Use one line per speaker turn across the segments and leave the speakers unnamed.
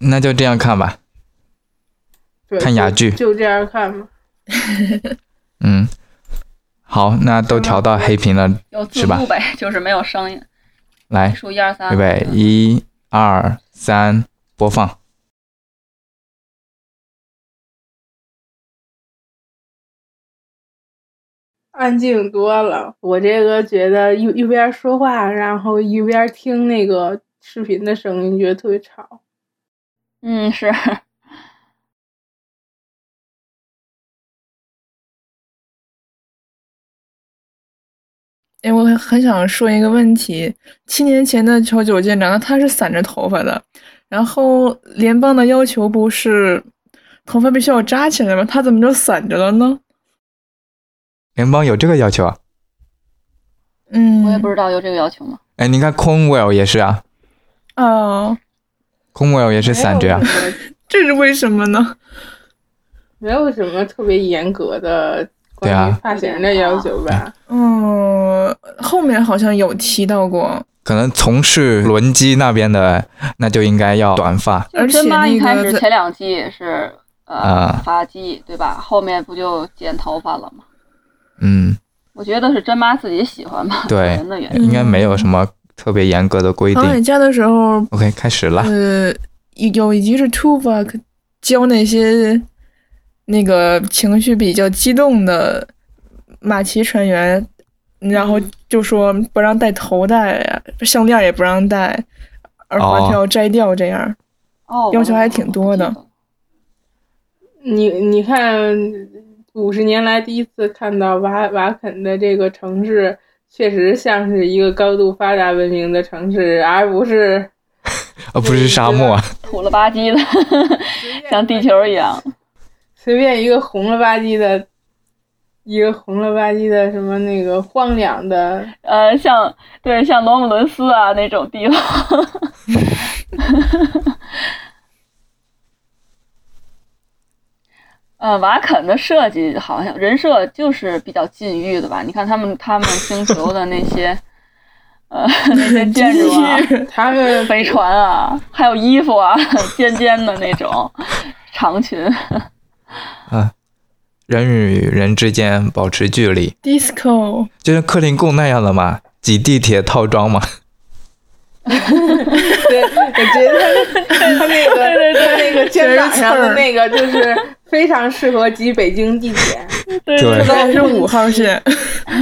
那就这样看吧。
对
看哑剧
就就这样看吧。
嗯，好，那都调到黑屏了，
有
是
字
吧
幕呗，就是没有声音。
来，
数一二三，
预备，一、二、三，播放。
安静多了。我这个觉得一一边说话，然后一边听那个视频的声音，觉得特别吵。
嗯，是。
哎，我很想说一个问题：七年前的乔九舰长，他是散着头发的，然后联邦的要求不是头发必须要扎起来吗？他怎么就散着了呢？
联邦有这个要求啊？
嗯，
我也不知道有这个要求吗？
哎，你看 Conwell 也是啊
哦，
，Conwell 也是散着啊。
没有什么
这是为什么呢？
没有什么特别严格 的
对啊
关于发型的要求吧？
嗯，后面好像有提到过，
可能从事轮机那边的，那就应该要短发。
就
而且
真妈一
那
开
个
始
在
前两季是呃
啊
发髻对吧？后面不就剪头发了吗？
嗯，
我觉得是真妈自己喜欢吧，
对
个人的原因。
应该没有什么特别严格的规
唐
定
嗯
美。家的时候，
OK，开始了。
呃，有一集是 Tupac 教那些那个情绪比较激动的马奇船员，然后就说不让戴头带呀、项链也不让戴，耳环
哦
就要摘掉，这样。
哦，
要求还挺多的
我记得了。
你你看，五十年来第一次看到瓦瓦肯的这个城市，确实像是一个高度发达文明的城市，而不是
呃，不是沙漠啊，
土了吧唧 的，像地球一样。
随便一个红了吧唧的，一个红了吧唧的什么那个荒凉的，
呃，像对像罗姆伦斯啊那种地方， 呃，瓦肯的设计好像人设就是比较禁欲的吧？你看他们他们星球的那些，呃，那些建筑啊、
他们
飞船啊，还有衣服啊， 尖尖的那种长裙，
人与人之间保持距离，
Disco，
就像克林贡那样的嘛，挤地铁套装嘛。
对，我觉得他那个他那个肩膀上的那个就是非常适合挤北京地铁、
对
对
这都是五号线，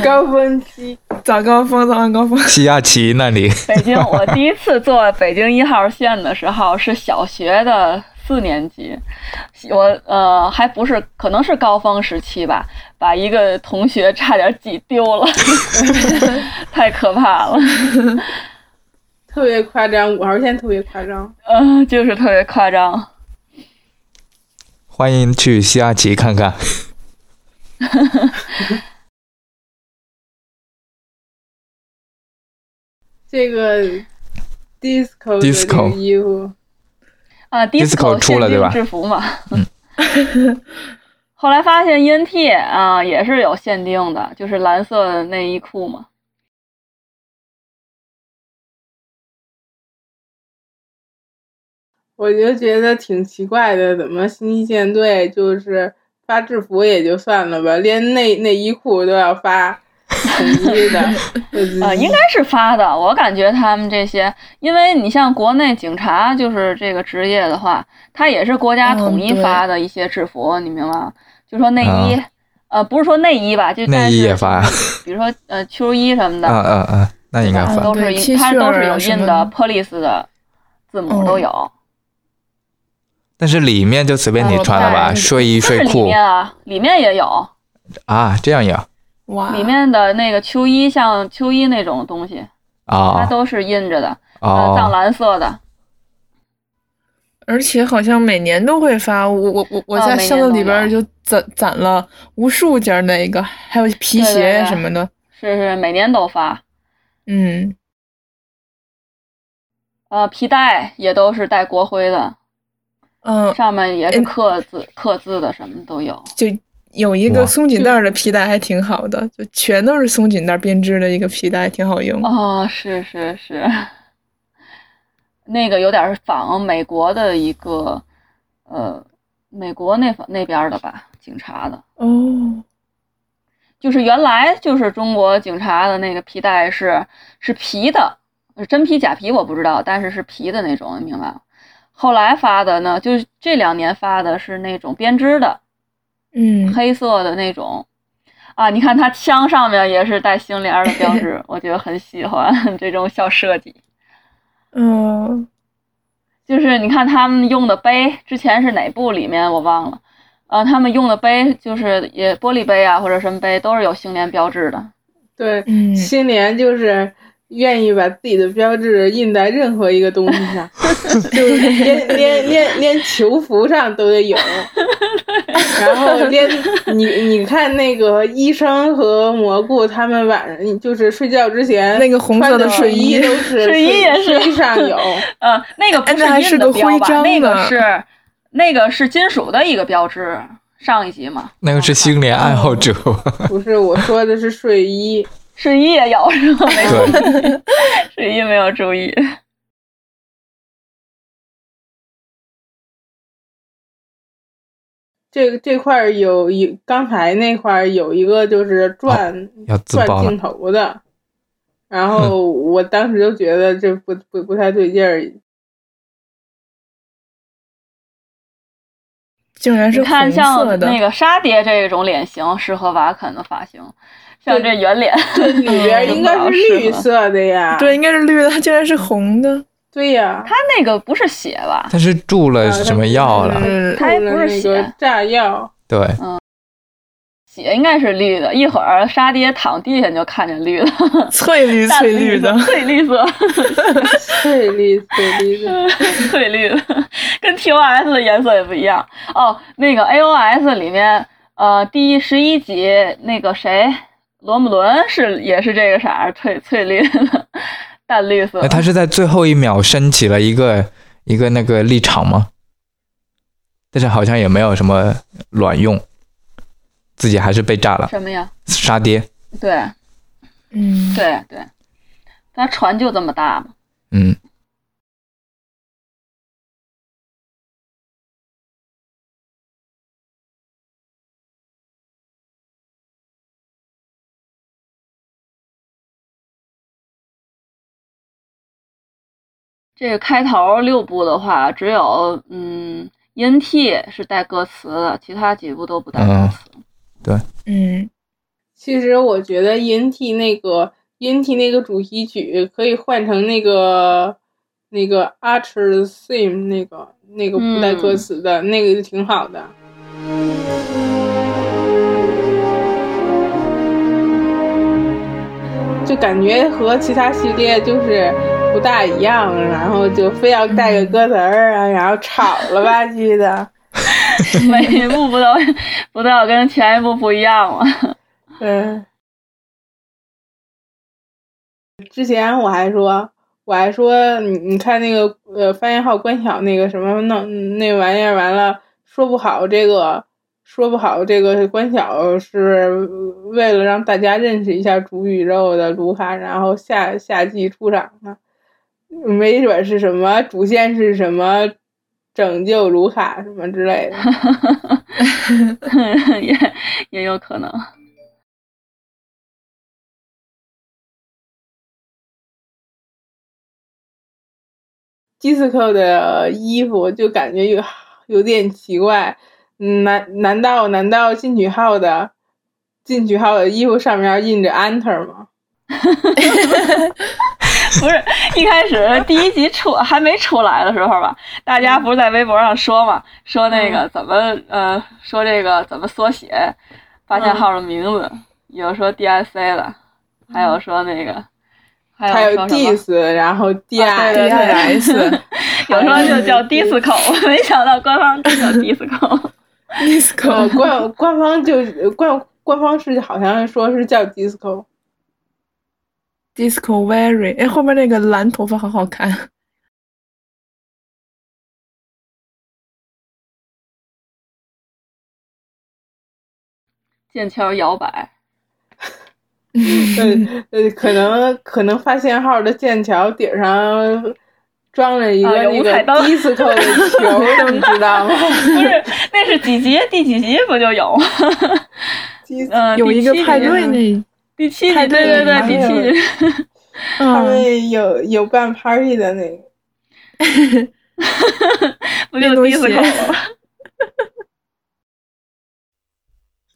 高峰期。
早高峰，早晚高峰。
西亚奇那里，
北京，我第一次坐北京一号线的时候是小学的四年级，我呃还不是，可能是高峰时期吧，把一个同学差点挤丢了， 太可怕了，
特别夸张，五号线特别夸张。
呃，就是特别夸张。
欢迎去西亚奇看看。
这个 disco 的这个
Disco
衣服，
啊
Disco 出了对吧
限定制服嘛。
嗯
后来发现 ENT 啊也是有限定的，就是蓝色的内衣裤嘛。
我就觉得挺奇怪的，怎么星际舰队就是发制服也就算了吧，连内内衣裤都要发统一的
啊、
嗯
应该是发的。我感觉他们这些，因为你像国内警察就是这个职业的话，他也是国家
嗯
统一
对
发的一些制服，你明白吗？就说内衣，
啊
呃，不是说内衣吧，就
内
但
衣
是
也发
就是比如说呃秋衣什么的，
嗯嗯嗯，那应该
啊
嗯
发。
都是
对
一
T
它
恤
都是
啊
有
什
印
么
的
的
police 的字母
嗯
都有，
但是里面就随便你穿了
哦
吧，
对
睡衣
就是
睡
里
裤
面啊，里面也有，
啊，这样也啊
哇，
里面的那个秋衣，像秋衣那种东西，它
哦
都是印着的，呃，藏
哦，
蓝色的，
而且好像每年都会发，我我我我
哦
在
每
箱
年
子
都
里边儿
有
就攒攒了无数件儿那个，还有皮
对对
鞋
对
什么的，
是是每年都发。
嗯。
呃，皮带也都是带国徽的，
嗯，
上面也是刻字、刻字的，什么都有。
就有一
哇
个松紧带儿的皮带还挺好的，就全都是松
哦
紧带儿编织的一个皮带，挺好用。
哦，是是是， 那个有点仿美国的一个，呃，美国那方那边儿的吧，警察的，
哦，
就是原来就是中国警察的那个皮带是是皮的，是真皮假皮我不知道，但是是皮的那种，你明白吗？后来发的呢，就是这两年发的是那种编织的，
嗯，
黑色的那种。啊，你看它枪上面也是带星联儿的标 志，我觉得很喜欢 这种小设计。
嗯，
就是你看他们用的杯，之前是哪部里面我忘了，呃，他们用的杯就是也玻璃杯啊或者什么杯都是有星联标志的，
对，
嗯
新联就是愿意把自己的标志印在任何一个东西 上，就是连连连连球服上都得有，然后连你你看那个医生和蘑菇他们晚上就是睡觉之前
那个红色的 睡衣
穿的都是
睡衣也是
睡衣上 有，
呃，那个不
哎那还是
印
个
的
徽
标吧，
章
那个
呢
是那个是金属的一个标志，上一集嘛，
那个是星联爱好者，
嗯
不是我说的是睡衣，
睡衣也有是吗？ 没 有，
对，
睡衣没有注意。
这这块儿有一刚才那块儿有一个就是转
哦
要自
转
爆了嗯
镜。头的，然后我当时就觉得这不不不太对劲儿，
竟然是
你看
红
像
色的，
那个沙爹这种脸型适合瓦肯的发型，像这圆 脸，
里边应 该是绿色的呀。
对，应该是绿的，它竟然是红的，
对呀，
他那个不是血吧？
他是注了
啊
什么药了？
嗯
他也
用
不
了
是
那
血
个炸药，
对，
嗯血应该是绿的，一会儿沙爹躺地下你就看见绿了，
翠绿
淡
翠绿的
色，翠绿 色，
翠绿翠绿的，
翠绿的，跟 TOS 的颜色也不一样哦。那个 AOS 里面，呃，第十一集那个谁，罗姆伦是也是这个色儿，翠翠绿的，淡绿色
那。哎他是在最后一秒升起了一个一个那个立场吗？但是好像也没有什么卵用，自己还是被炸了，
什么呀？
杀爹。
对
嗯，
对对，他船就这么大嘛。
嗯，
这个开头六部的话，只有嗯，ENT 是带歌词的，其他几部都不带歌词。
嗯，
其实我觉得《音替》那个《音替》那个主题曲可以换成那个那个 Archer Theme 那个那个不带歌词的、那个就挺好的。就感觉和其他系列就是不大一样，然后就非要带个歌词儿啊，然后吵了吧唧的。
每一部不都 不都要跟前一部不一样吗？
嗯，之前我还说，我还说你你看那个呃番言号关晓那个什么弄那玩意儿完了，说不好这个说不好这个关晓是为了让大家认识一下主宇宙的卢卡，然后下下季出场呢，没准儿是什么主线是什么拯救卢卡什么之类的。
也也有可能。
迪斯科的衣服就感觉有有点奇怪，嗯难难道难道进取号的进取号的衣服上面印着 Enter 吗？
不是一开始 第一集出还没出来的时候吧，大
嗯
家不是在微博上说嘛，说那个怎么呃说这个怎么缩写发
嗯
现号的名字，有说 DIC 的，还
嗯
有说那个，
还
还
有
说什么？
Dis，然后 D
啊
I
对对对
S，
有时候就 叫 disco，没想到官方真叫 disco。
呃
disco，
官官方就官官方是好像说是叫 Disco，
disco very，哎，后面那个蓝头发好好
啊
看，
剑桥摇 摆，
呃呃，可能可能发现号的剑桥顶上装了一个
啊有
那
五彩
个
灯
disco 的球，你知道吗？
不是，那是几集？第几集不就有？嗯，
有一个
第七
派
集
对那，
第七集，
派
对对
对
对，
里
第
面有
七集。
他
嗯，
们有有办 party 的那个，
不就
运动
第四
鞋
口了？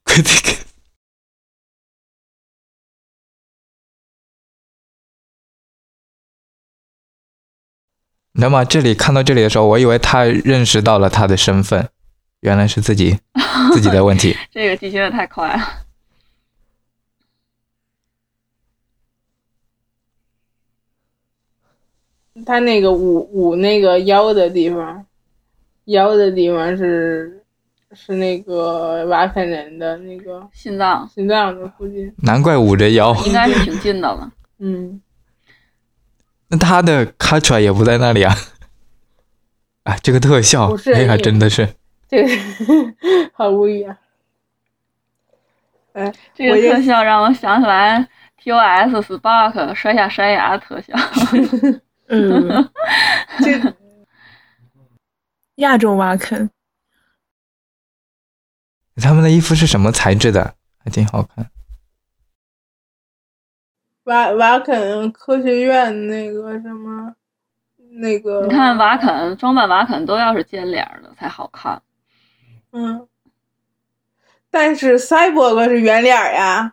快点给你知道吗？这里看到这里的时候，我以为他认识到了他的身份，原来是自 己自己的问题。
这个剧情也太快了。
他那个捂捂那个腰的地方，腰的地方是是那个瓦肯人的那个
心脏
心脏的附近，
难怪捂着腰，
应该是挺近的 了。
嗯，
那他的 c a t r a 也不在那里啊。哎，这个特效
不，是
哎呀，
你
真的是
这个 好无语啊。哎，
这个
我也
特效让我想起来 TOS Spark 摔下山崖的特效。
嗯，
这
亚洲挖坑，
他们的衣服是什么材质的？还挺好 看。
瓦瓦肯科学院那个什么，那个
你看瓦肯装扮瓦肯都要是尖脸儿的才好看。
嗯，但是赛博格是圆脸儿呀，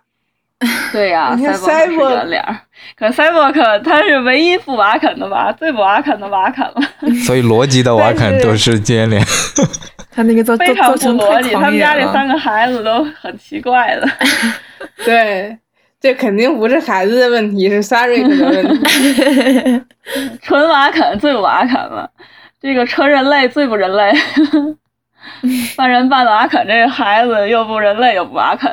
对呀、
你看
c 赛博克是圆脸儿，可赛博克他是唯一不瓦肯的瓦，最不瓦肯的瓦肯了，
所以罗辑的瓦肯都是尖脸。
他那个造造
非常
造
不
成
逻
太
辑。他
狂
们
野
家这
了
三，个孩子都很奇怪的。
对，这肯定不是孩子的问题，是 Sarik 的问题。
纯瓦肯最不瓦肯了，这个纯人类最不人类， 半人半瓦肯这个孩子又不人类又不瓦肯，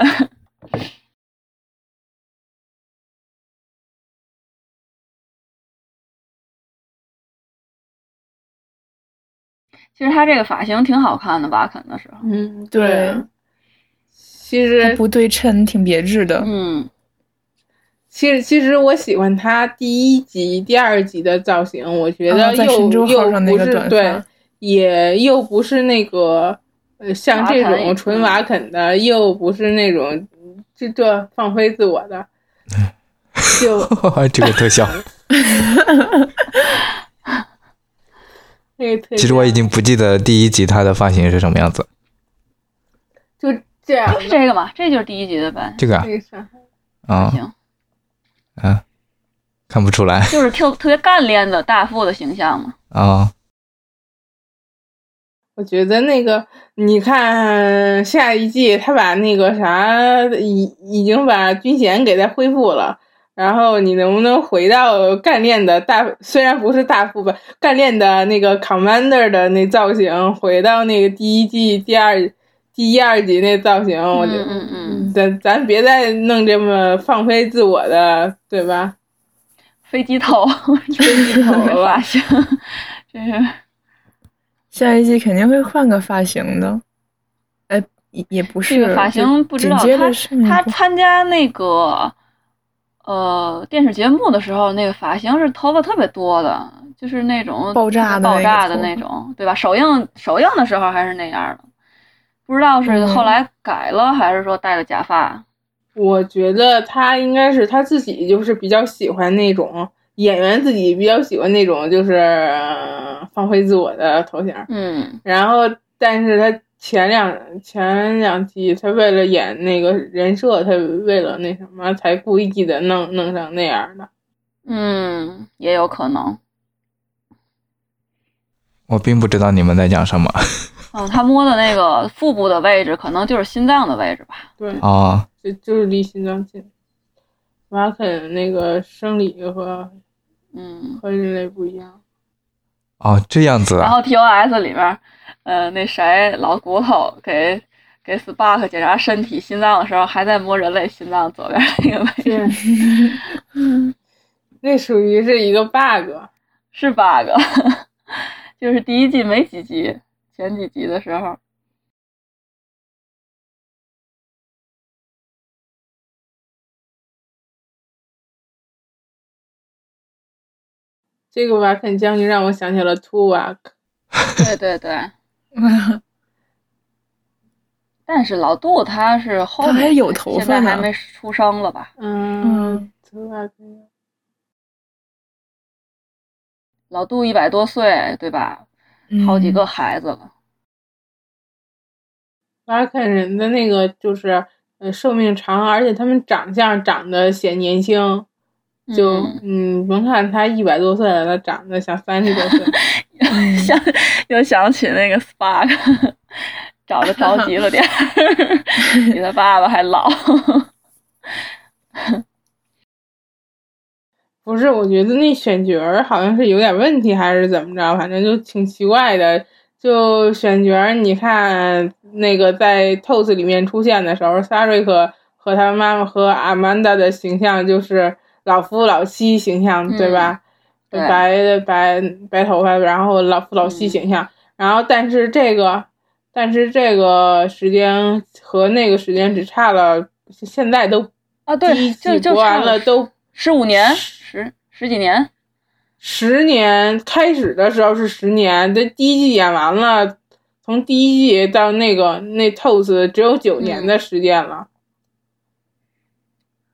其实他这个发型挺好看的，瓦肯的时候，
嗯，
对，啊
其实
不对称，挺别致的。
嗯，
其实其实我喜欢他第一集、第二集的造型，我觉
啊
得
在
又、
神州号
又
上那
不
个
是
短
对
发，
也又不是那个呃像
瓦
这
肯
种纯
嗯
瓦肯的，又不是那种这这放飞自我 的，就
这个特效，
那个特
其实我
效
已经不记得第一集他的发型是什么样子。
就这样
是这个嘛，这就是第一集的呗，
这个啊
那，个啥，
啊
行，
啊，看不出来
就是特特别干练的大副的形象嘛，
啊。
我觉得那个你看下一季他把那个啥已已经把军衔给他恢复了。然后你能不能回到干练的大，虽然不是大副吧，干练的那个 commander 的那造型，回到那个第一季、第二、第一二集那造型，哦我觉
嗯
得，
嗯嗯，
嗯咱咱别再弄这么放飞自我的，对吧？
飞机 头，
飞机头
这发
了，
型，真是
下一季肯定会换个发型的，哎，也也不是
这个发型不知道
紧接
他
着上一
他
部
参加那个呃电视节目的时候，那个发型是头发特别多的，就是那种
爆炸的那个
爆炸的
头发
那种，对吧？首映首映的时候还是那样的，不知道是
嗯
后来改了还是说戴了假发。
我觉得他应该是他自己，就是比较喜欢那种演员自己比较喜欢那种就是、呃放飞自我的头型。
嗯，
然后，但是他前两前两季，他为了演那个人设，他为了那什么，才故意的弄弄成那样的。
嗯，也有可能。
我并不知道你们在讲什么
嗯，他摸的那个腹部的位置，可能就是心脏的位置吧。
对，
啊。
就就是离心脏近。瓦肯那个生理和
嗯，
和人类不一样。
哦，这样子
然
啊，
后 TOS 里面，呃，那谁老骨头给给 Spark 检查身体心脏的时候，还在摸人类心脏左边那个位置，
对， 那属于是一个 bug。
是 bug，就是第一季没几集，前几集的时 候，
这个瓦肯将军让我想起了 Tuvok，
对对对，但是老杜他是后面
他还有头发呢
现在还没出生了吧？
嗯
嗯，
，Tuvok
老杜一百多岁，对吧？ 好
嗯
几 个孩子了。
瓦肯人的那个就是呃寿命长，而且他们长相长得显年轻，就嗯甭看他一百多岁了，他长得像三十多岁。
嗯
想又想起那个 Spark，找 着着急了点儿， 比他爸爸还老。
不是，我觉得那选角儿好像是有点问题，还是怎么着？反正就挺奇怪的。就选角儿，你看那个在《Toast》里面出现的时候，萨瑞克和他妈妈和阿曼达的形象就是老夫老妻形象，
嗯
对吧？
对
白的白白头发，然后老夫老妻形
嗯
象。然后，但是这个，但是这个时间和那个时间只差了，现在都
啊，
第一
对，就
季
就
播完了都
十五年，十十几年，
十年开始的时候是十年，这第一季演完了，从第一季到那个那 Toast 只有九年的时间了。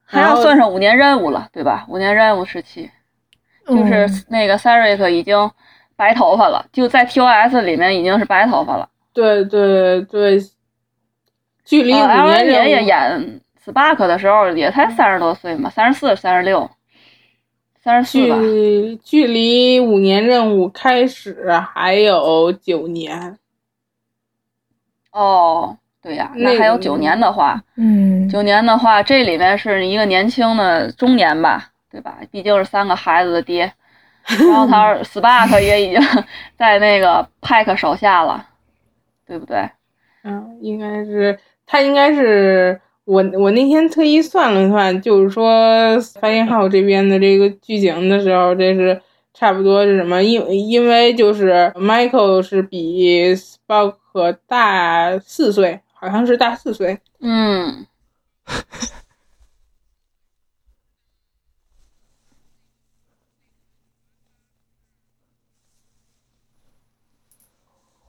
还
然
要
后
算上五年任务了，对吧？五年任务时期，
嗯
就是
嗯
那个 Sarek 已经白头发了，就在 TOS 里面已经是白头发了。
对对对，距离五
呃，L
年
N
任
也
务
也演 Spark 的时候也才三十多岁嘛，三十四、三十六、三十四吧。
距距离五年任务开始还有九年。
哦，对呀，
那
那
个
还有九年的话，
嗯，
九年的话，这里面是一个年轻的中年吧，对吧？毕竟是三个孩子的爹，然后 他 Spark 也已经在那个派克手下了，对不对？
嗯，应该是他应该是我我那天特意算了算，就是说发现号这边的这个剧情的时候，这是差不多是什么？因因为就是 Michael 是比 Spock 大四岁，好像是大四岁。
嗯，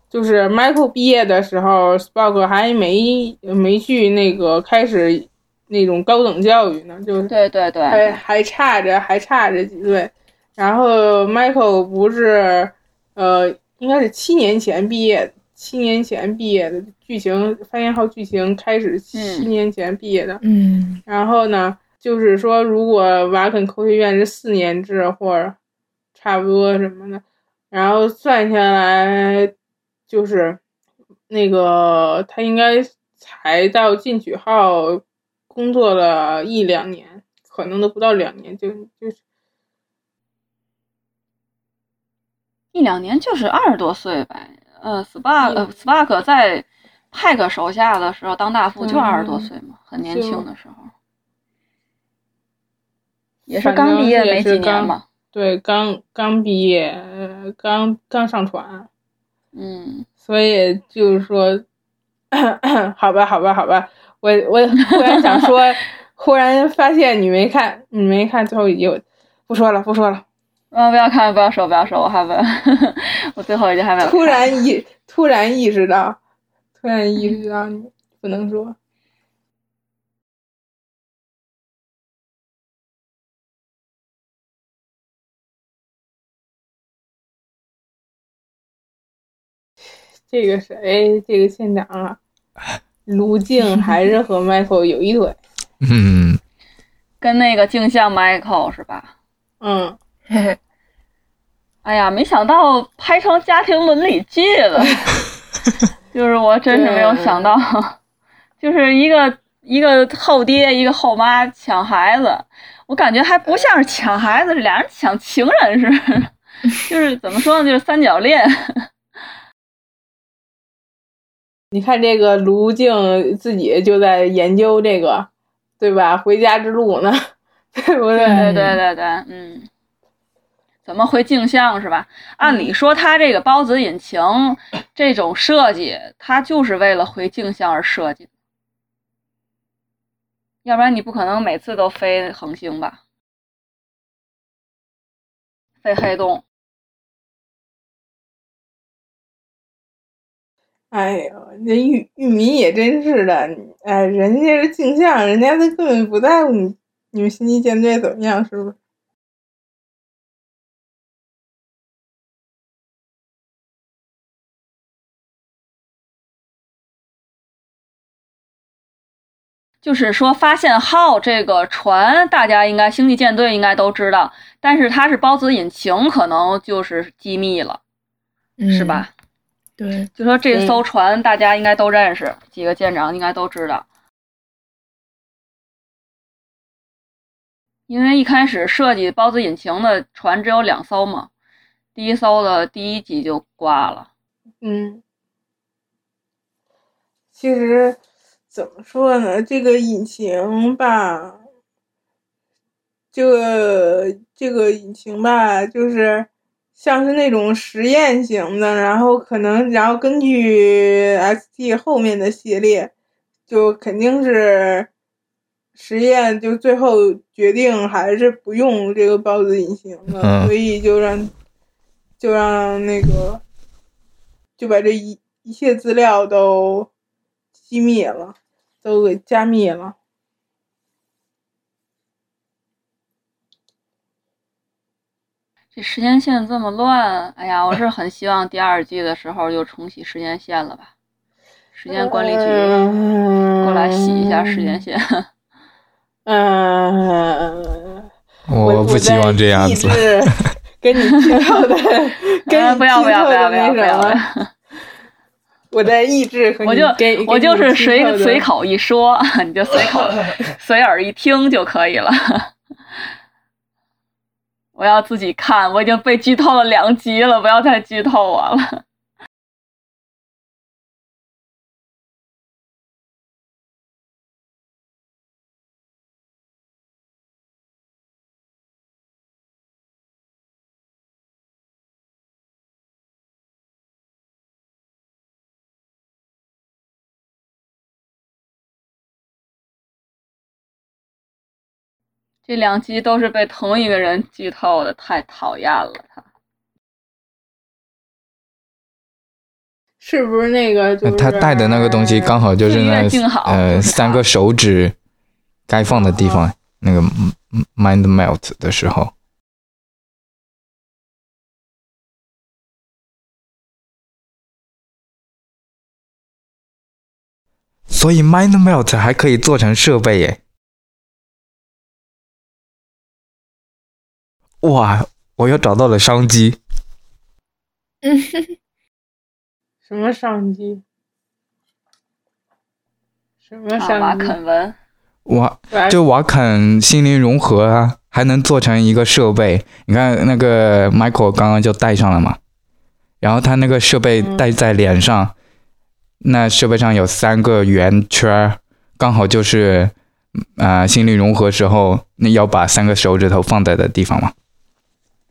就是 Michael 毕业的时候，Spock 还没没去那个开始那种高等教育呢，就是
对对对，
还还差着，还差着几岁。然后 Michael 不是，呃，应该是七年前毕业，七年前毕业的剧情，番言号剧情开始七
嗯
年前毕业的。
嗯
然后呢，就是说，如果瓦肯科学院是四年制或者差不多什么的，然后算下来就是那个他应该才到进取号工作了一两年，可能都不到两年，就就是
一两年就是二十多岁呗。呃，Spark 呃
嗯
Spark 在派克手下的时候当大副就
嗯
二十多岁嘛，很年
就
轻的时候，也是
反正
刚毕业
也
没
是
几年
刚
嘛。
对刚刚毕业，呃刚刚上船，
嗯，
所以就是说， 好吧，好吧，好吧，我我忽然想说，忽然发现你没看，你没看最后一集，我不说了，不说了。
啊，不要看，不要说，不要说，我还没， 我最后一集还没有看。
突然意，突然意识到，突然意识到你不能说。这个谁，这个县长啊，卢静还是和 Michael 有一腿。
嗯，
跟那个镜像 Michael 是吧？
嗯，
嘿嘿
哎呀，没想到拍成家庭伦理剧了，就是我真是没有想到，就是一个一个后爹一个后妈抢孩子，我感觉还不像是抢孩子，是俩人抢情人似的，就是怎么说呢，就是三角恋。
你看这个卢静自己就在研究这个，对吧？回家之路呢， 对不对？
对对对对，嗯，怎么回镜像是吧？按理说，它这个孢子引擎这种设计，它就是为了回镜像而设计的，要不然你不可能每次都飞恒星吧？肺黑洞。
哎呦，这玉玉米也真是的，哎，人家是镜像，人家他根本不在乎你你们星际舰队怎么样，是不是？
就是说，发现号这个船，大家应该星际舰队应该都知道，但是它是孢子引擎，可能就是机密了，是吧？？
嗯对，
就说这艘船大家应该都认识，几个舰长应该都知道。因为一开始设计孢子引擎的船只有两艘嘛，第一艘的第一集就挂了。
嗯，其实怎么说呢，这个引擎吧，这个这个引擎吧，就是像是那种实验型的，然后可能然后根据 XT 后面的系列，就肯定是实验，就最后决定还是不用这个孢子引擎的，
嗯
所以就让就让那个。就把这一一切资料都机密了，都给加密了。
这时间线这么乱，哎呀，我是很希望第二季的时候就重启时间线了吧？时间管理局
嗯
过来洗一下时间。线。
嗯，
我不希望这样子。
我。 在抑制给你剧透 的，给
哎
你
不要不要
剧透
不
的
要不要
那
不
什
要！
么， 我在抑制和你
我就
给给
我
你
就是
剧
随
透的
随口一说， 你就随 口随耳一听就可以了。我要自己看，我已经被剧透了两集了，不要再剧透我了。这两集都是被同一个人剧透的，太讨厌了他。
是不是那个就是
他带的那个东西刚好就是那
就越静好
呃
就是它
三个手指该放的地方，那个 m- m- mind melt 的时候，所以 mind melt 还可以做成设备耶！哇，我又找到了商机。
嗯，
什么上机？什么
啊，
上
瓦
机？
肯文，
哇，
瓦
就瓦肯心灵融合啊，还能做成一个设备。你看那个 Michael 刚刚就戴上了嘛，然后他那个设备
嗯
戴在脸上，那设备上有三个圆圈儿，刚好就是呃心灵融合时候那要把三个手指头放在的地方嘛，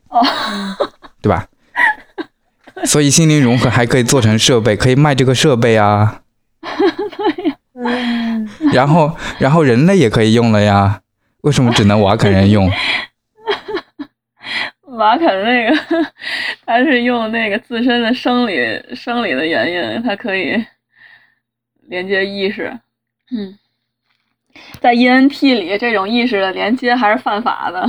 哦，
对吧？所以心灵融合还可以做成设备，可以卖这个设备啊。
嗯
然后，然后人类也可以用了呀，为什么只能瓦肯人用？
瓦肯那个他是用那个自身的生理生理的原因，他可以连接意识。嗯，在 ENT 里，这种意识的连接还是犯法的。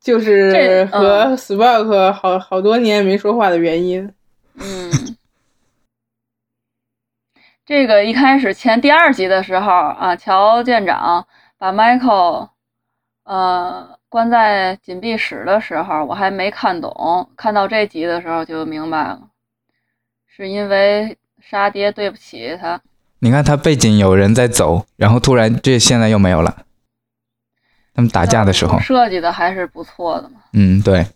就是
这
和
嗯
Spock 好好多年没说话的原因。
嗯，这个一开始前第二集的时候啊，乔舰长把 Michael 呃关在紧闭室的时候，我还没看懂，看到这集的时候就明白了，是因为沙爹对不起他，
你看他背景有人在走，然后突然这现在又没有了。他们打架的时候，
设计的还是不错的嘛。
嗯，对，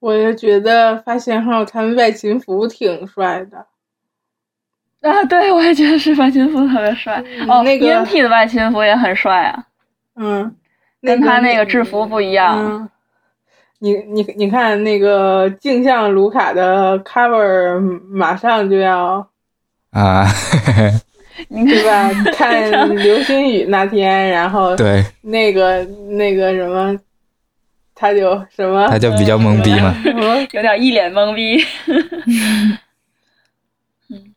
我就觉得发现号他们外勤服挺帅的，
啊，对，我也觉得是外勤服特别帅哦，
那个
ENT 的外勤服也很帅啊，
嗯，
跟他那个制服不一样
嗯，你你你看那个镜像卢卡的 cover 马上就要
啊，
你
对
看，
吧？看流星雨那天，然后
对，
那个那个什么，他就什么
他就比较懵逼嘛。
什么
有点一脸懵 逼，嗯，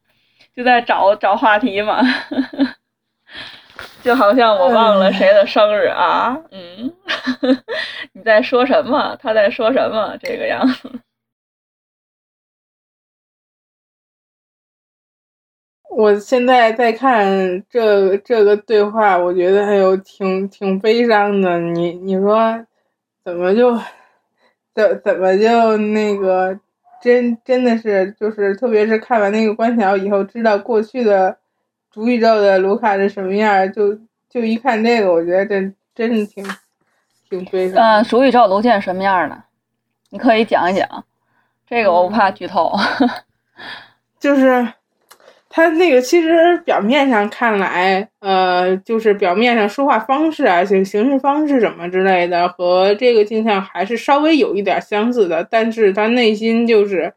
就在找找话题嘛，就好像我忘了谁的生日啊，嗯， 你在说什么？他在说什么？这个样子，
我现在在看这这个对话，我觉得还有挺挺悲伤的。你你说怎么就怎怎么就那个真真的是就是，特别是看完那个关晓以后，知道过去的主宇宙的卢卡是什么样儿，就就一看这个，我觉得这真是挺挺悲伤的。
嗯，鼠宇宙卢健什么样呢？你可以讲一讲，这个我不怕剧透，
嗯 就是他那个，其实表面上看来，呃，就是表面上说话方式啊、形行事方式什么之类的，和这个镜像还是稍微有一点相似的，但是他内心就是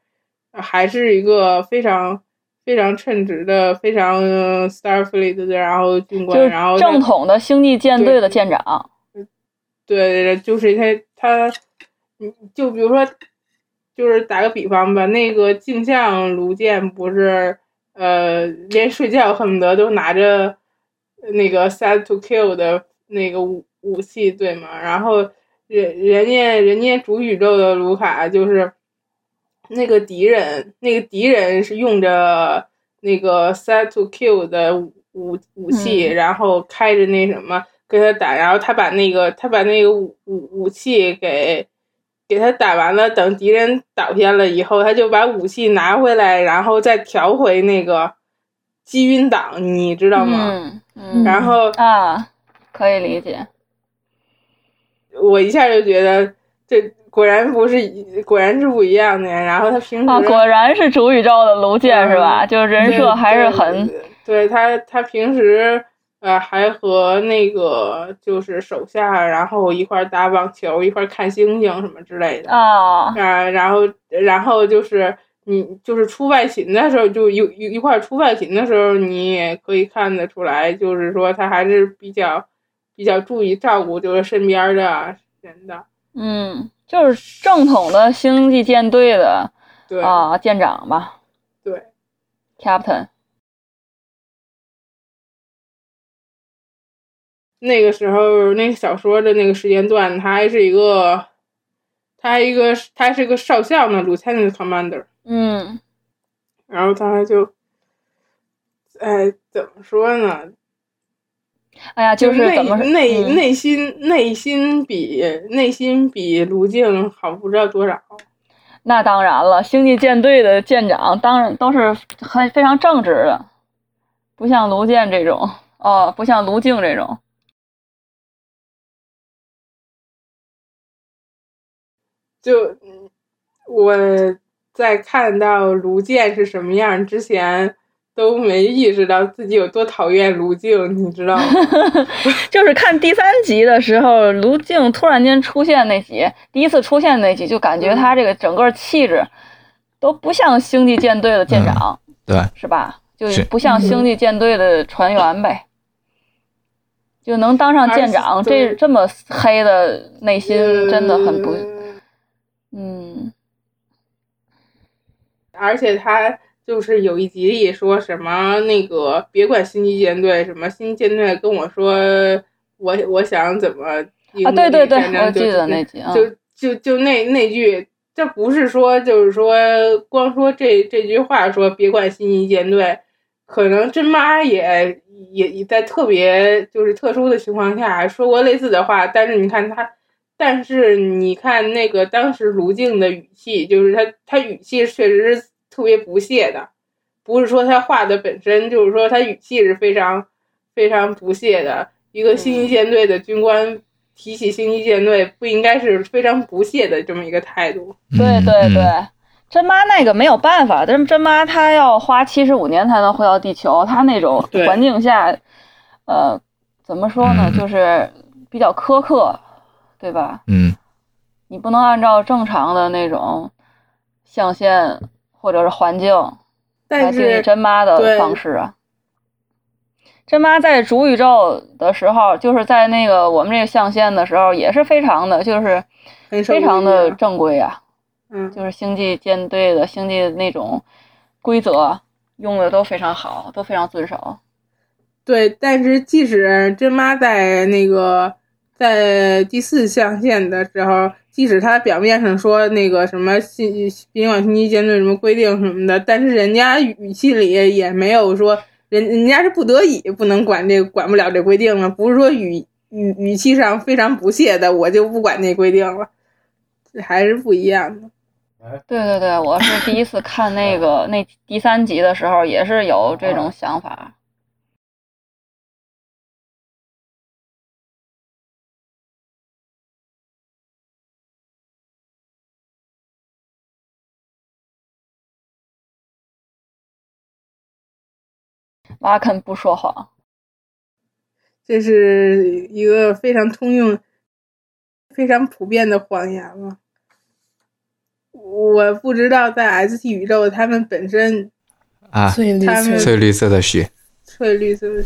呃还是一个非常非常称职的、非常呃 Starfleet 的，然后军
就
官，
是
然后
正统的星际舰队的舰长，
对，就是他他，嗯就比如说，就是打个比方吧，那个镜像卢健不是呃，连睡觉恨不得都拿着那个 “set to kill” 的那个武武器，对吗？然后人人家人家主宇宙的卢卡就是那个敌人，那个敌人是用着那个 “set to kill” 的武武武器，
嗯
然后开着那什么。给他打，然后他把那个他把那个武武武器给给他打完了，等敌人倒下了以后，他就把武器拿回来，然后再调回那个基晕档，你知道吗？
嗯嗯
然后
啊，可以理解，
我一下就觉得这果然不是一，果然是不一样的呀。然后他平时、
啊，果然是主宇宙的卢健是吧？就是人设还是很
嗯对对他，他平时呃还和那个就是手下，然后一块儿打网球，一块儿看星星什么之类的。
啊，
啊，然后然后就是你就是出外勤的时候，就一一一块儿出外勤的时候，你也可以看得出来，就是说他还是比较比较注意照顾就是身边的人的，
嗯，就是正统的星际舰队的
对、
啊舰长吧
对，
，Captain，
那个时候那个小说的那个时间段，他还是一个。他还一个，他是个少校呢，Lieutenant Commander，
嗯，
然后他就，哎，怎么说呢？
哎呀，就是
内
怎么
内、
嗯
内心内心比内心比卢静好不知道多少。
那当然了，星际舰队的舰长当然都是很非常正直的，不像卢健这种哦，不像卢静这种，
就嗯我在看到卢健是什么样之前，都没意识到自己有多讨厌卢静，你知道吗？
就是看第三集的时候，卢静突然间出现那集，第一次出现那集，就感觉他这个整个气质都不像星际舰队的舰长，
对，
是吧？就是不
嗯
像星际舰队的船员呗。就能当上舰长，
而且
这
对
这么黑的内心真的很不，
嗯
嗯，
而且他就是有一集里说什么那个别管星际舰队，什么星际舰队跟我说我我想怎么赢
啊，对
得
对
这个
对
战，争
我
就
记得
就
那集啊，
嗯就就就那那句，这不是说就是说光说这这句话说别管星际舰队，可能真妈也也也在特别就是特殊的情况下说过类似的话，但是你看他，但是你看那个当时卢静的语气，就是他他语气确实是特别不屑的，不是说他话的本身，就是说他语气是非常非常不屑的。一
嗯
个星际舰队的军官提起星际舰队，不应该是非常不屑的这么一个态度。
对
嗯
对
嗯
对，真妈那个没有办法，真真妈她要花七十五年才能回到地球，她那种
对
环境下，呃，怎么说呢，
嗯
就是比较苛刻，对吧？
嗯，
你不能按照正常的那种象限或者是环境来
但
定义
是
真妈的
对
方式啊。真妈在主宇宙的时候，就是在那个我们这个象限的时候，也是非常的，就是
很受
非
规
常
矩
的
啊
正规啊，
嗯，
就是星际舰队的星际那种规则用的都非常好，都非常遵守。
对，但是即使真妈在那个在第四象限的时候，即使她表面上说那个什么新宾馆星期舰队什么规定什么的，但是人家语气里也没有说人人家是不得已不能管这管不了这规定了，不是说语语语气上非常不屑的我就不管那规定了，这还是不一样的。
对对对，我是第一次看那个那第三集的时候，也是有这种想法。瓦肯不说谎，
这是一个非常通用、非常普遍的谎言了。我不知道在 ST 宇宙，他们本身
啊，
翠绿
他们
翠，
翠绿色的雪，
翠绿色的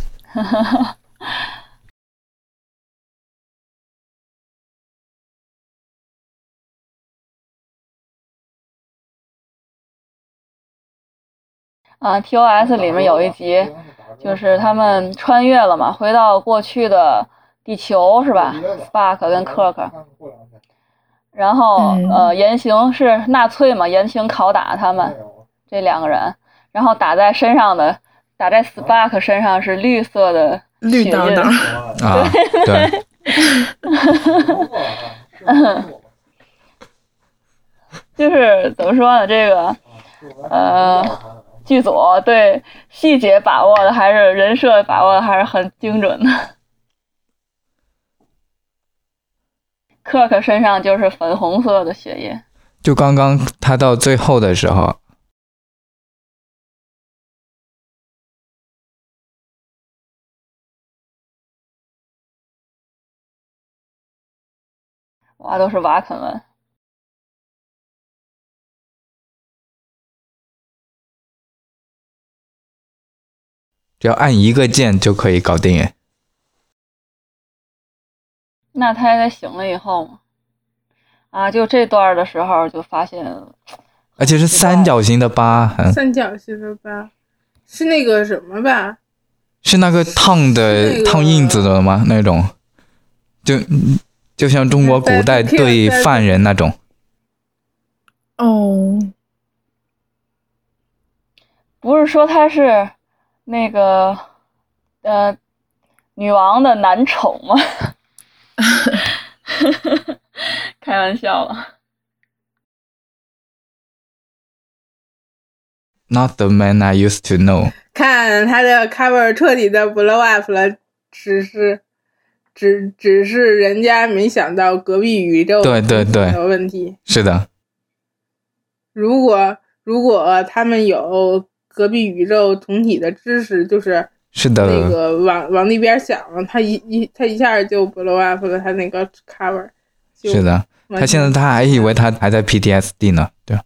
啊，TOS 里面有一集，就是他们穿越了嘛，回到过去的地球是吧？Spark 跟 Kirk，然后、
嗯
呃，严刑是纳粹嘛，严刑拷打他们这两个人，然后打在身上的，打在 Spark 身上是绿色的
绿
血
当
印
当，
啊， 对，
就是怎么说呢？这个呃，剧组对细节把握的还是人设把握的还是很精准的。克克身上就是粉红色的血液，
就刚刚他到最后的时候，
哇，都是瓦肯文。
只要按一个键就可以搞定哎。
那他也得醒了以后嘛，啊，就这段儿的时候就发现，
而且是
知道
三角形的疤痕，
三角形的吧，是那个什么吧？
是那个烫
是
的
那个
烫印子的吗？那种，就就像中国古代
在在
对
在
犯人那种。
哦，
不是说他是那个呃女王的男宠吗？ 开玩笑了。
Not the man I used to know。
看他的 cover 彻底的 blow up 了，只是，只只是人家没想到隔壁宇宙
对对对
的问题。
是的，
如果如果他们有隔壁宇宙同体的知识，就是
是
那
的，
个往往那边想了，他一一他一下就 blow up 了他那个 cover，就是
的。
完全
他现在他还以为他还在 PTSD 呢，对。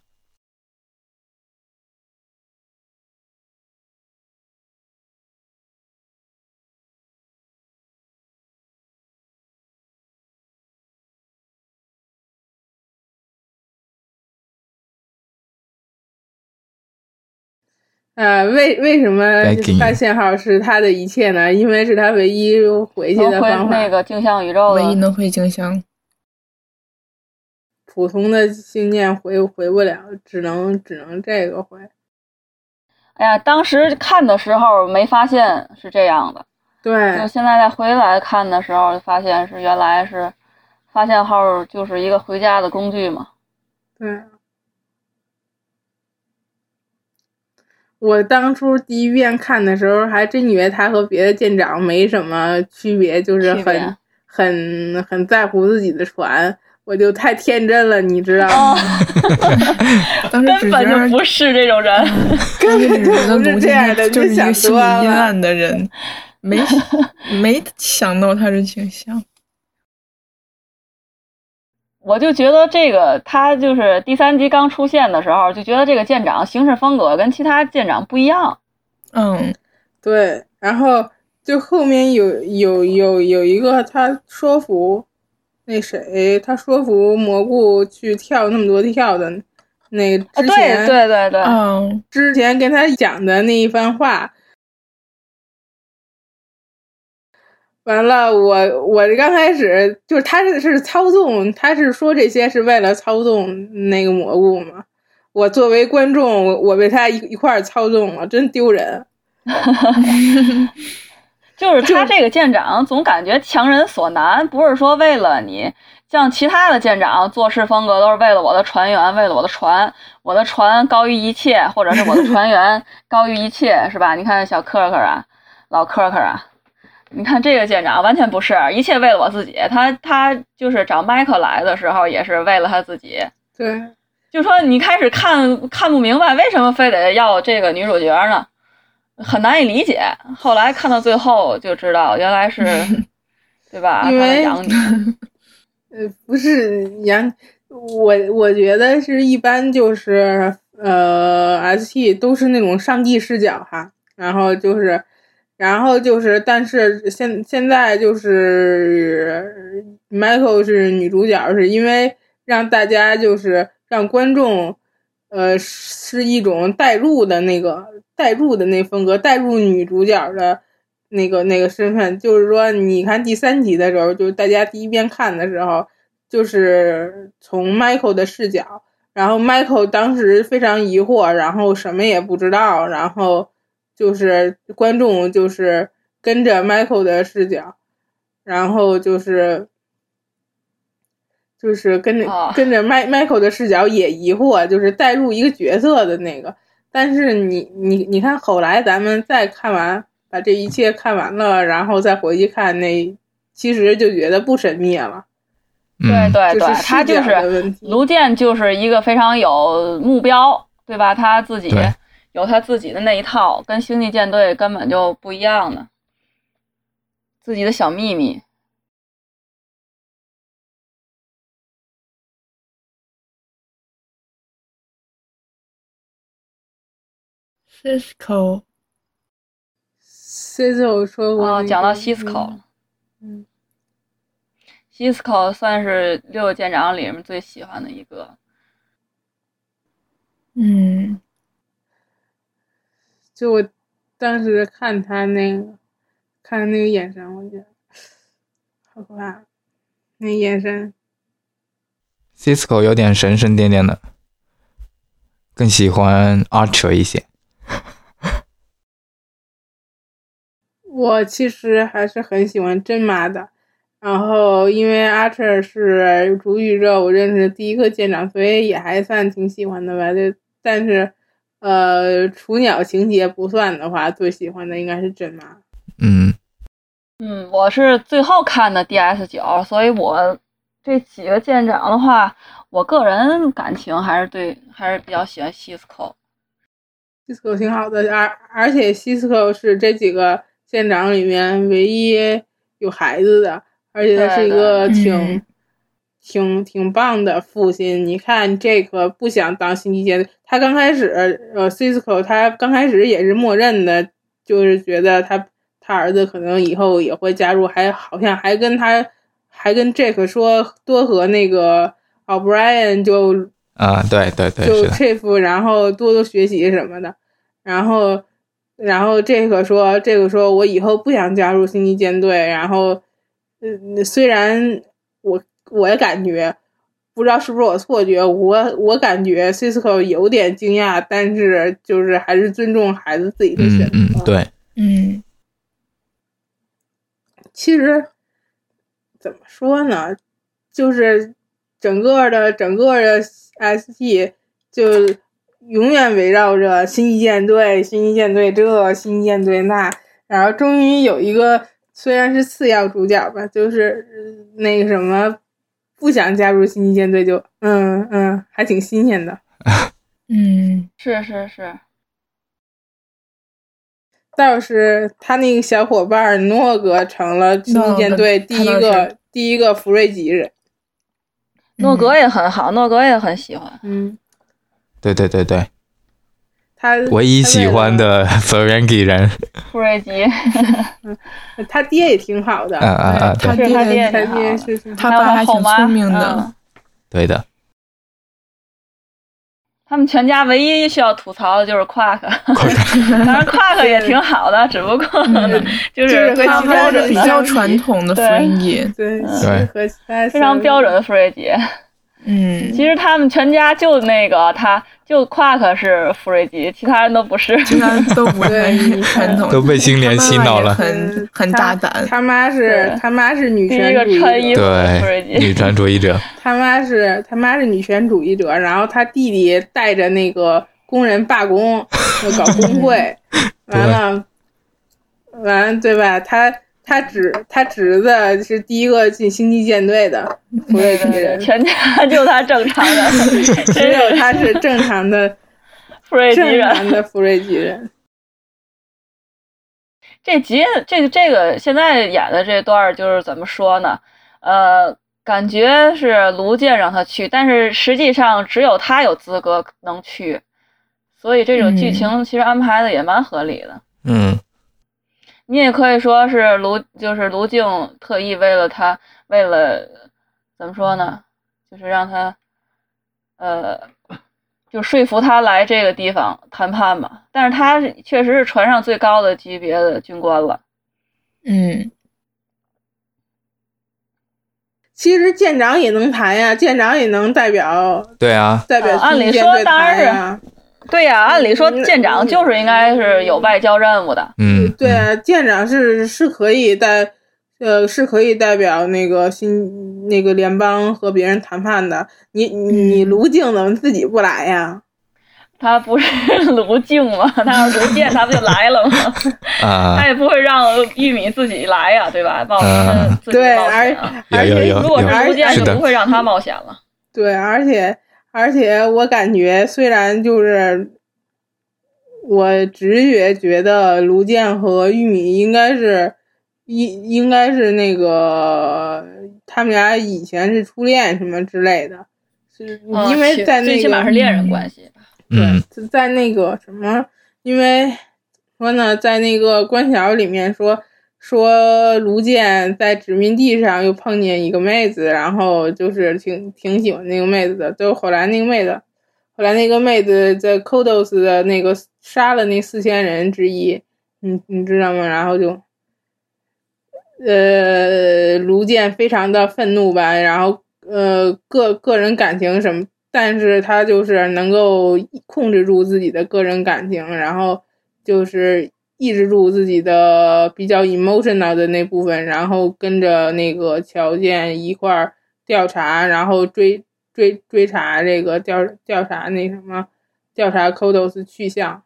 呃，为为什么
Begging
发现号是他的一切呢？因为是他唯一回去的
哦能回
方法。
那个镜像宇宙
唯
的，
一能回镜像，
普通的星舰回回不了，只能只能这个回。
哎呀，当时看的时候没发现是这样的，就
对，
现在再回来看的时候，就发现是原来是发现号就是一个回家的工具嘛。
对。啊我当初第一遍看的时候，还真以为他和别的舰长没什么区别，就是
区别
很很很在乎自己的船。我就太天真了，你知道
哦
吗？，
当时
根
只
本
觉
就
得
不是这种人。
根本就
不是这样的
就是
你
一个
想
心
多
理
了
阴暗的 人，没没想到他是镜像。
我就觉得这个他就是第三集刚出现的时候，就觉得这个舰长行事风格跟其他舰长不一样。
嗯，
对，然后就后面有有有有一个他说服那谁，他说服蘑菇去跳那么多跳的那个
啊，
之前、
对对对对，
嗯，
之前跟他讲的那一番话。完了，我我刚开始就是他是是操纵，他是说这些是为了操纵那个蘑菇嘛。我作为观众，我我被他一一块儿操纵了，真丢人。
就是他这个舰长总感觉强人所难，不是说为了你，像其他的舰长做事风格都是为了我的船员，为了我的船，我的船高于一切，或者是我的船员高于一切，是吧？你看小克克啊，老克克啊，你看这个舰长完全不是，一切为了我自己。他他就是找麦克来的时候也是为了他自己，
对，
就说你开始看看不明白，为什么非得要这个女主角呢？很难以理解。后来看到最后就知道，原来是，对吧？
因为
他养 女，
呃，不是杨，我我觉得是一般就是呃，ST 都是那种上帝视角哈，然后就是，然后就是，但是现现在就是呃 Michael 是女主角，是因为让大家就是让观众。呃，是一种代入的那个代入的那风格，代入女主角的那个那个身份，就是说，你看第三集的时候，就是大家第一遍看的时候，就是从 Michael 的视角，然后 Michael 当时非常疑惑，然后什么也不知道，然后就是观众就是跟着 Michael 的视角，然后就是就是跟着、
啊
跟着麦 Michael 的视角也疑惑，就是带入一个角色的那个。但是你你你看，后来咱们再看完，把这一切看完了，然后再回去看那，其实就觉得不神秘了。
对
嗯，
对对
就是，
他
视
就
角
是
的问题
卢健，就是一个非常有目标，对吧？他自己
对
有他自己的那一套，跟星际舰队根本就不一样的，自己的小秘密。
Cisco，
Cisco 说过、
啊，讲到 Cisco 了。
嗯
，Cisco 算是六个舰长里面最喜欢的一个。
嗯，
就我当时看他那个，看他那个眼神，我觉得好可怕，那眼神。
Cisco 有点神神颠颠的，更喜欢 Archer 一些。
我其实还是很喜欢真妈的，然后因为阿 r 是主宇宙我认识的第一个舰长，所以也还算挺喜欢的吧。就但是，呃，雏鸟情节不算的话，最喜欢的应该是真妈。
嗯，
嗯，我是最后看的 DS 九，所以我这几个舰长的话，我个人感情还是对，还是比较喜欢 Cisco。
Cisco 挺好的，而而且 Cisco 是这几个舰长里面唯一有孩子的，而且他是一个
对对
挺、
嗯
挺挺棒的父亲。你看这个不想当星际舰队，他刚开始呃 Cisco 他刚开始也是默认的，就是觉得他他儿子可能以后也会加入，还好像还跟他还跟 Jake 说多和那个 O'Brien 就
啊、对对对，
就是
的，
chief，然后多多学习什么的，然后，然后这个说这个说我以后不想加入星际舰队，然后，嗯，虽然我我也感觉，不知道是不是我错觉，我我感觉 Cisco 有点惊讶，但是就是还是尊重孩子自己的选
嗯
择。
嗯，对，
嗯，
其实怎么说呢，就是整个的整个的 ST 就永远围绕着新一舰队、新一舰队这、新一舰队那，然后终于有一个虽然是次要主角吧，就是呃那个什么不想加入新一舰队就嗯嗯，还挺新鲜的。
嗯，
是是是，
倒是他那个小伙伴诺格成了新一舰队第一
诺格他倒
个第一个福瑞吉人。
诺格也很好，诺格也很喜欢。
嗯，
对对对对，
他
唯一喜欢的 s o r e n g i 人，
库瑞吉，
他爹也挺好的，
啊啊啊，
他
对
是他爹也
他
挺好
爹
的，
是挺好
他
还有嗯他后
爸还挺
妈
聪明的
嗯，
对的，
他们全家唯一需要吐槽的就是 Quark，当然 Quark 也挺好的，只不过嗯就
嗯就是
是
和其
非常
嗯他
他
标
们
的
准
比
比较
较
的、
传统的
对
fringy，
对
对
和其他
嗯非常标准的 Free 姐。
嗯，
其实他们全家就那个他，就 Quark 是 Free 姐，其他人都不是。
其他都不太
对
传统，
都被星联洗脑了
他妈妈也很很大胆，
他妈是
对
他妈是女
第
权
一个
主义
穿衣
者
服的
对
Free
女
姐，
权主义者，
他妈是他妈是女权主义者，然后他弟弟带着那个工人罢工，要搞 工会，完了，完了对吧？他他侄他侄子是第一个进星际舰队 的弗雷
对
迪
对对，
人，
全家就他正常 的，
只
只
有他是正常的
Free
正
人。
常的弗雷吉人。
这集这这个现在演的这段儿就是怎么说呢？呃，感觉是卢健让他去，但是实际上只有他有资格能去，所以这种剧
嗯
情其实安排的也蛮合理的。
嗯，
你也可以说是卢，就是卢静特意为了他，为了怎么说呢？就是让他，呃，就说服他来这个地方谈判嘛。但是他是确实是船上最高的级别的军官了。
嗯，
其实舰长也能谈呀，舰长也能代表
对啊，
代表
啊按理
星际舰
说
队
当然
谈
是
呀。
对呀、按理说
嗯
舰长就是应该是有外交任务的，
嗯，
对
嗯，
啊，舰长是是可以代，呃，是可以代表那个新那个联邦和别人谈判的。你你你
嗯
卢靖怎么自己不来呀？
他不是 卢静吗？他要是卢健，他不就来了吗？
啊
他，也不会让玉米自己来呀、对吧？冒
嗯
自己
对
冒险啊！
而
有有有
如果
有，
啊是卢健，
是
就
的
不会让他冒险了。
对，而且而且我感觉，虽然就是我直觉觉得卢健和玉米应该是应应该是那个他们俩以前是初恋什么之类的，是
嗯
因为
起
在那个
最起码是恋人关系。
嗯，
对，在那个什么，因为说呢，在那个关晓里面说说卢健在殖民地上又碰见一个妹子，然后就是挺挺喜欢那个妹子的，就后来那个妹子，后来那个妹子在 Kodos 的那个杀了那四千人之一，你你知道吗？然后就。呃，卢健非常的愤怒吧，然后呃个个人感情什么，但是他就是能够控制住自己的个人感情，然后就是抑制住自己的比较 emotional 的那部分，然后跟着那个乔建一块儿调查，然后追追追查这个调调查那什么，调查 Kodos 去向，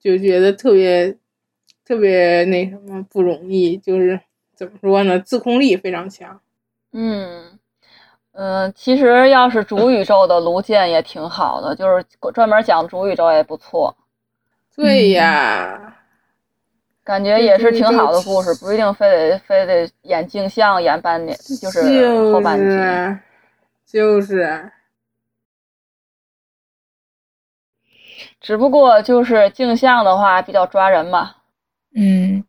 就觉得特别特别那什么不容易，就是怎么说呢，自控力非常强。
嗯嗯，其实要是主宇宙的卢健也挺好的，就是专门讲主宇宙也不错，嗯
对呀，
感觉也是挺好的故事，不一定非得非得演镜像演半年，就是后半集。
就是就是，
只不过就是镜像的话比较抓人嘛。
嗯，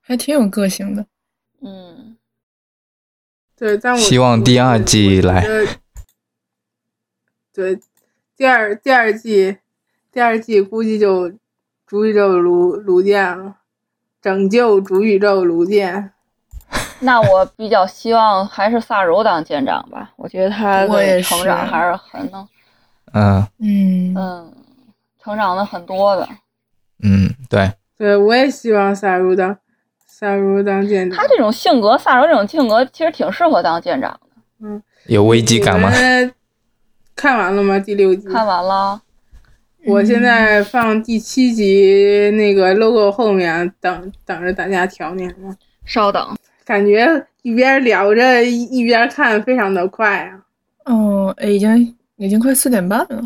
还挺有个性的，
嗯，
对，但我
希望第二季来。
我我觉得对，第二第二季，第二季估计就主宇宙卢卢健了，拯救主宇宙卢健。
那我比较希望还是萨柔当舰长吧，我觉得他
我也
的成
是
长还是很能，
嗯
嗯
嗯，成长的很多的。
嗯，对，
对，我也希望萨如当萨如当舰长
他。这种性格，萨柔这种性格其实挺适合当舰长的。
有危机感吗？
你们看完了吗？第六集？
看完了，
我现在放第七集那个 logo 后面，等等着大家调那什么。
稍等。
感觉一边聊着一边看，非常的快啊。
哎哦，已经已经快四点半了，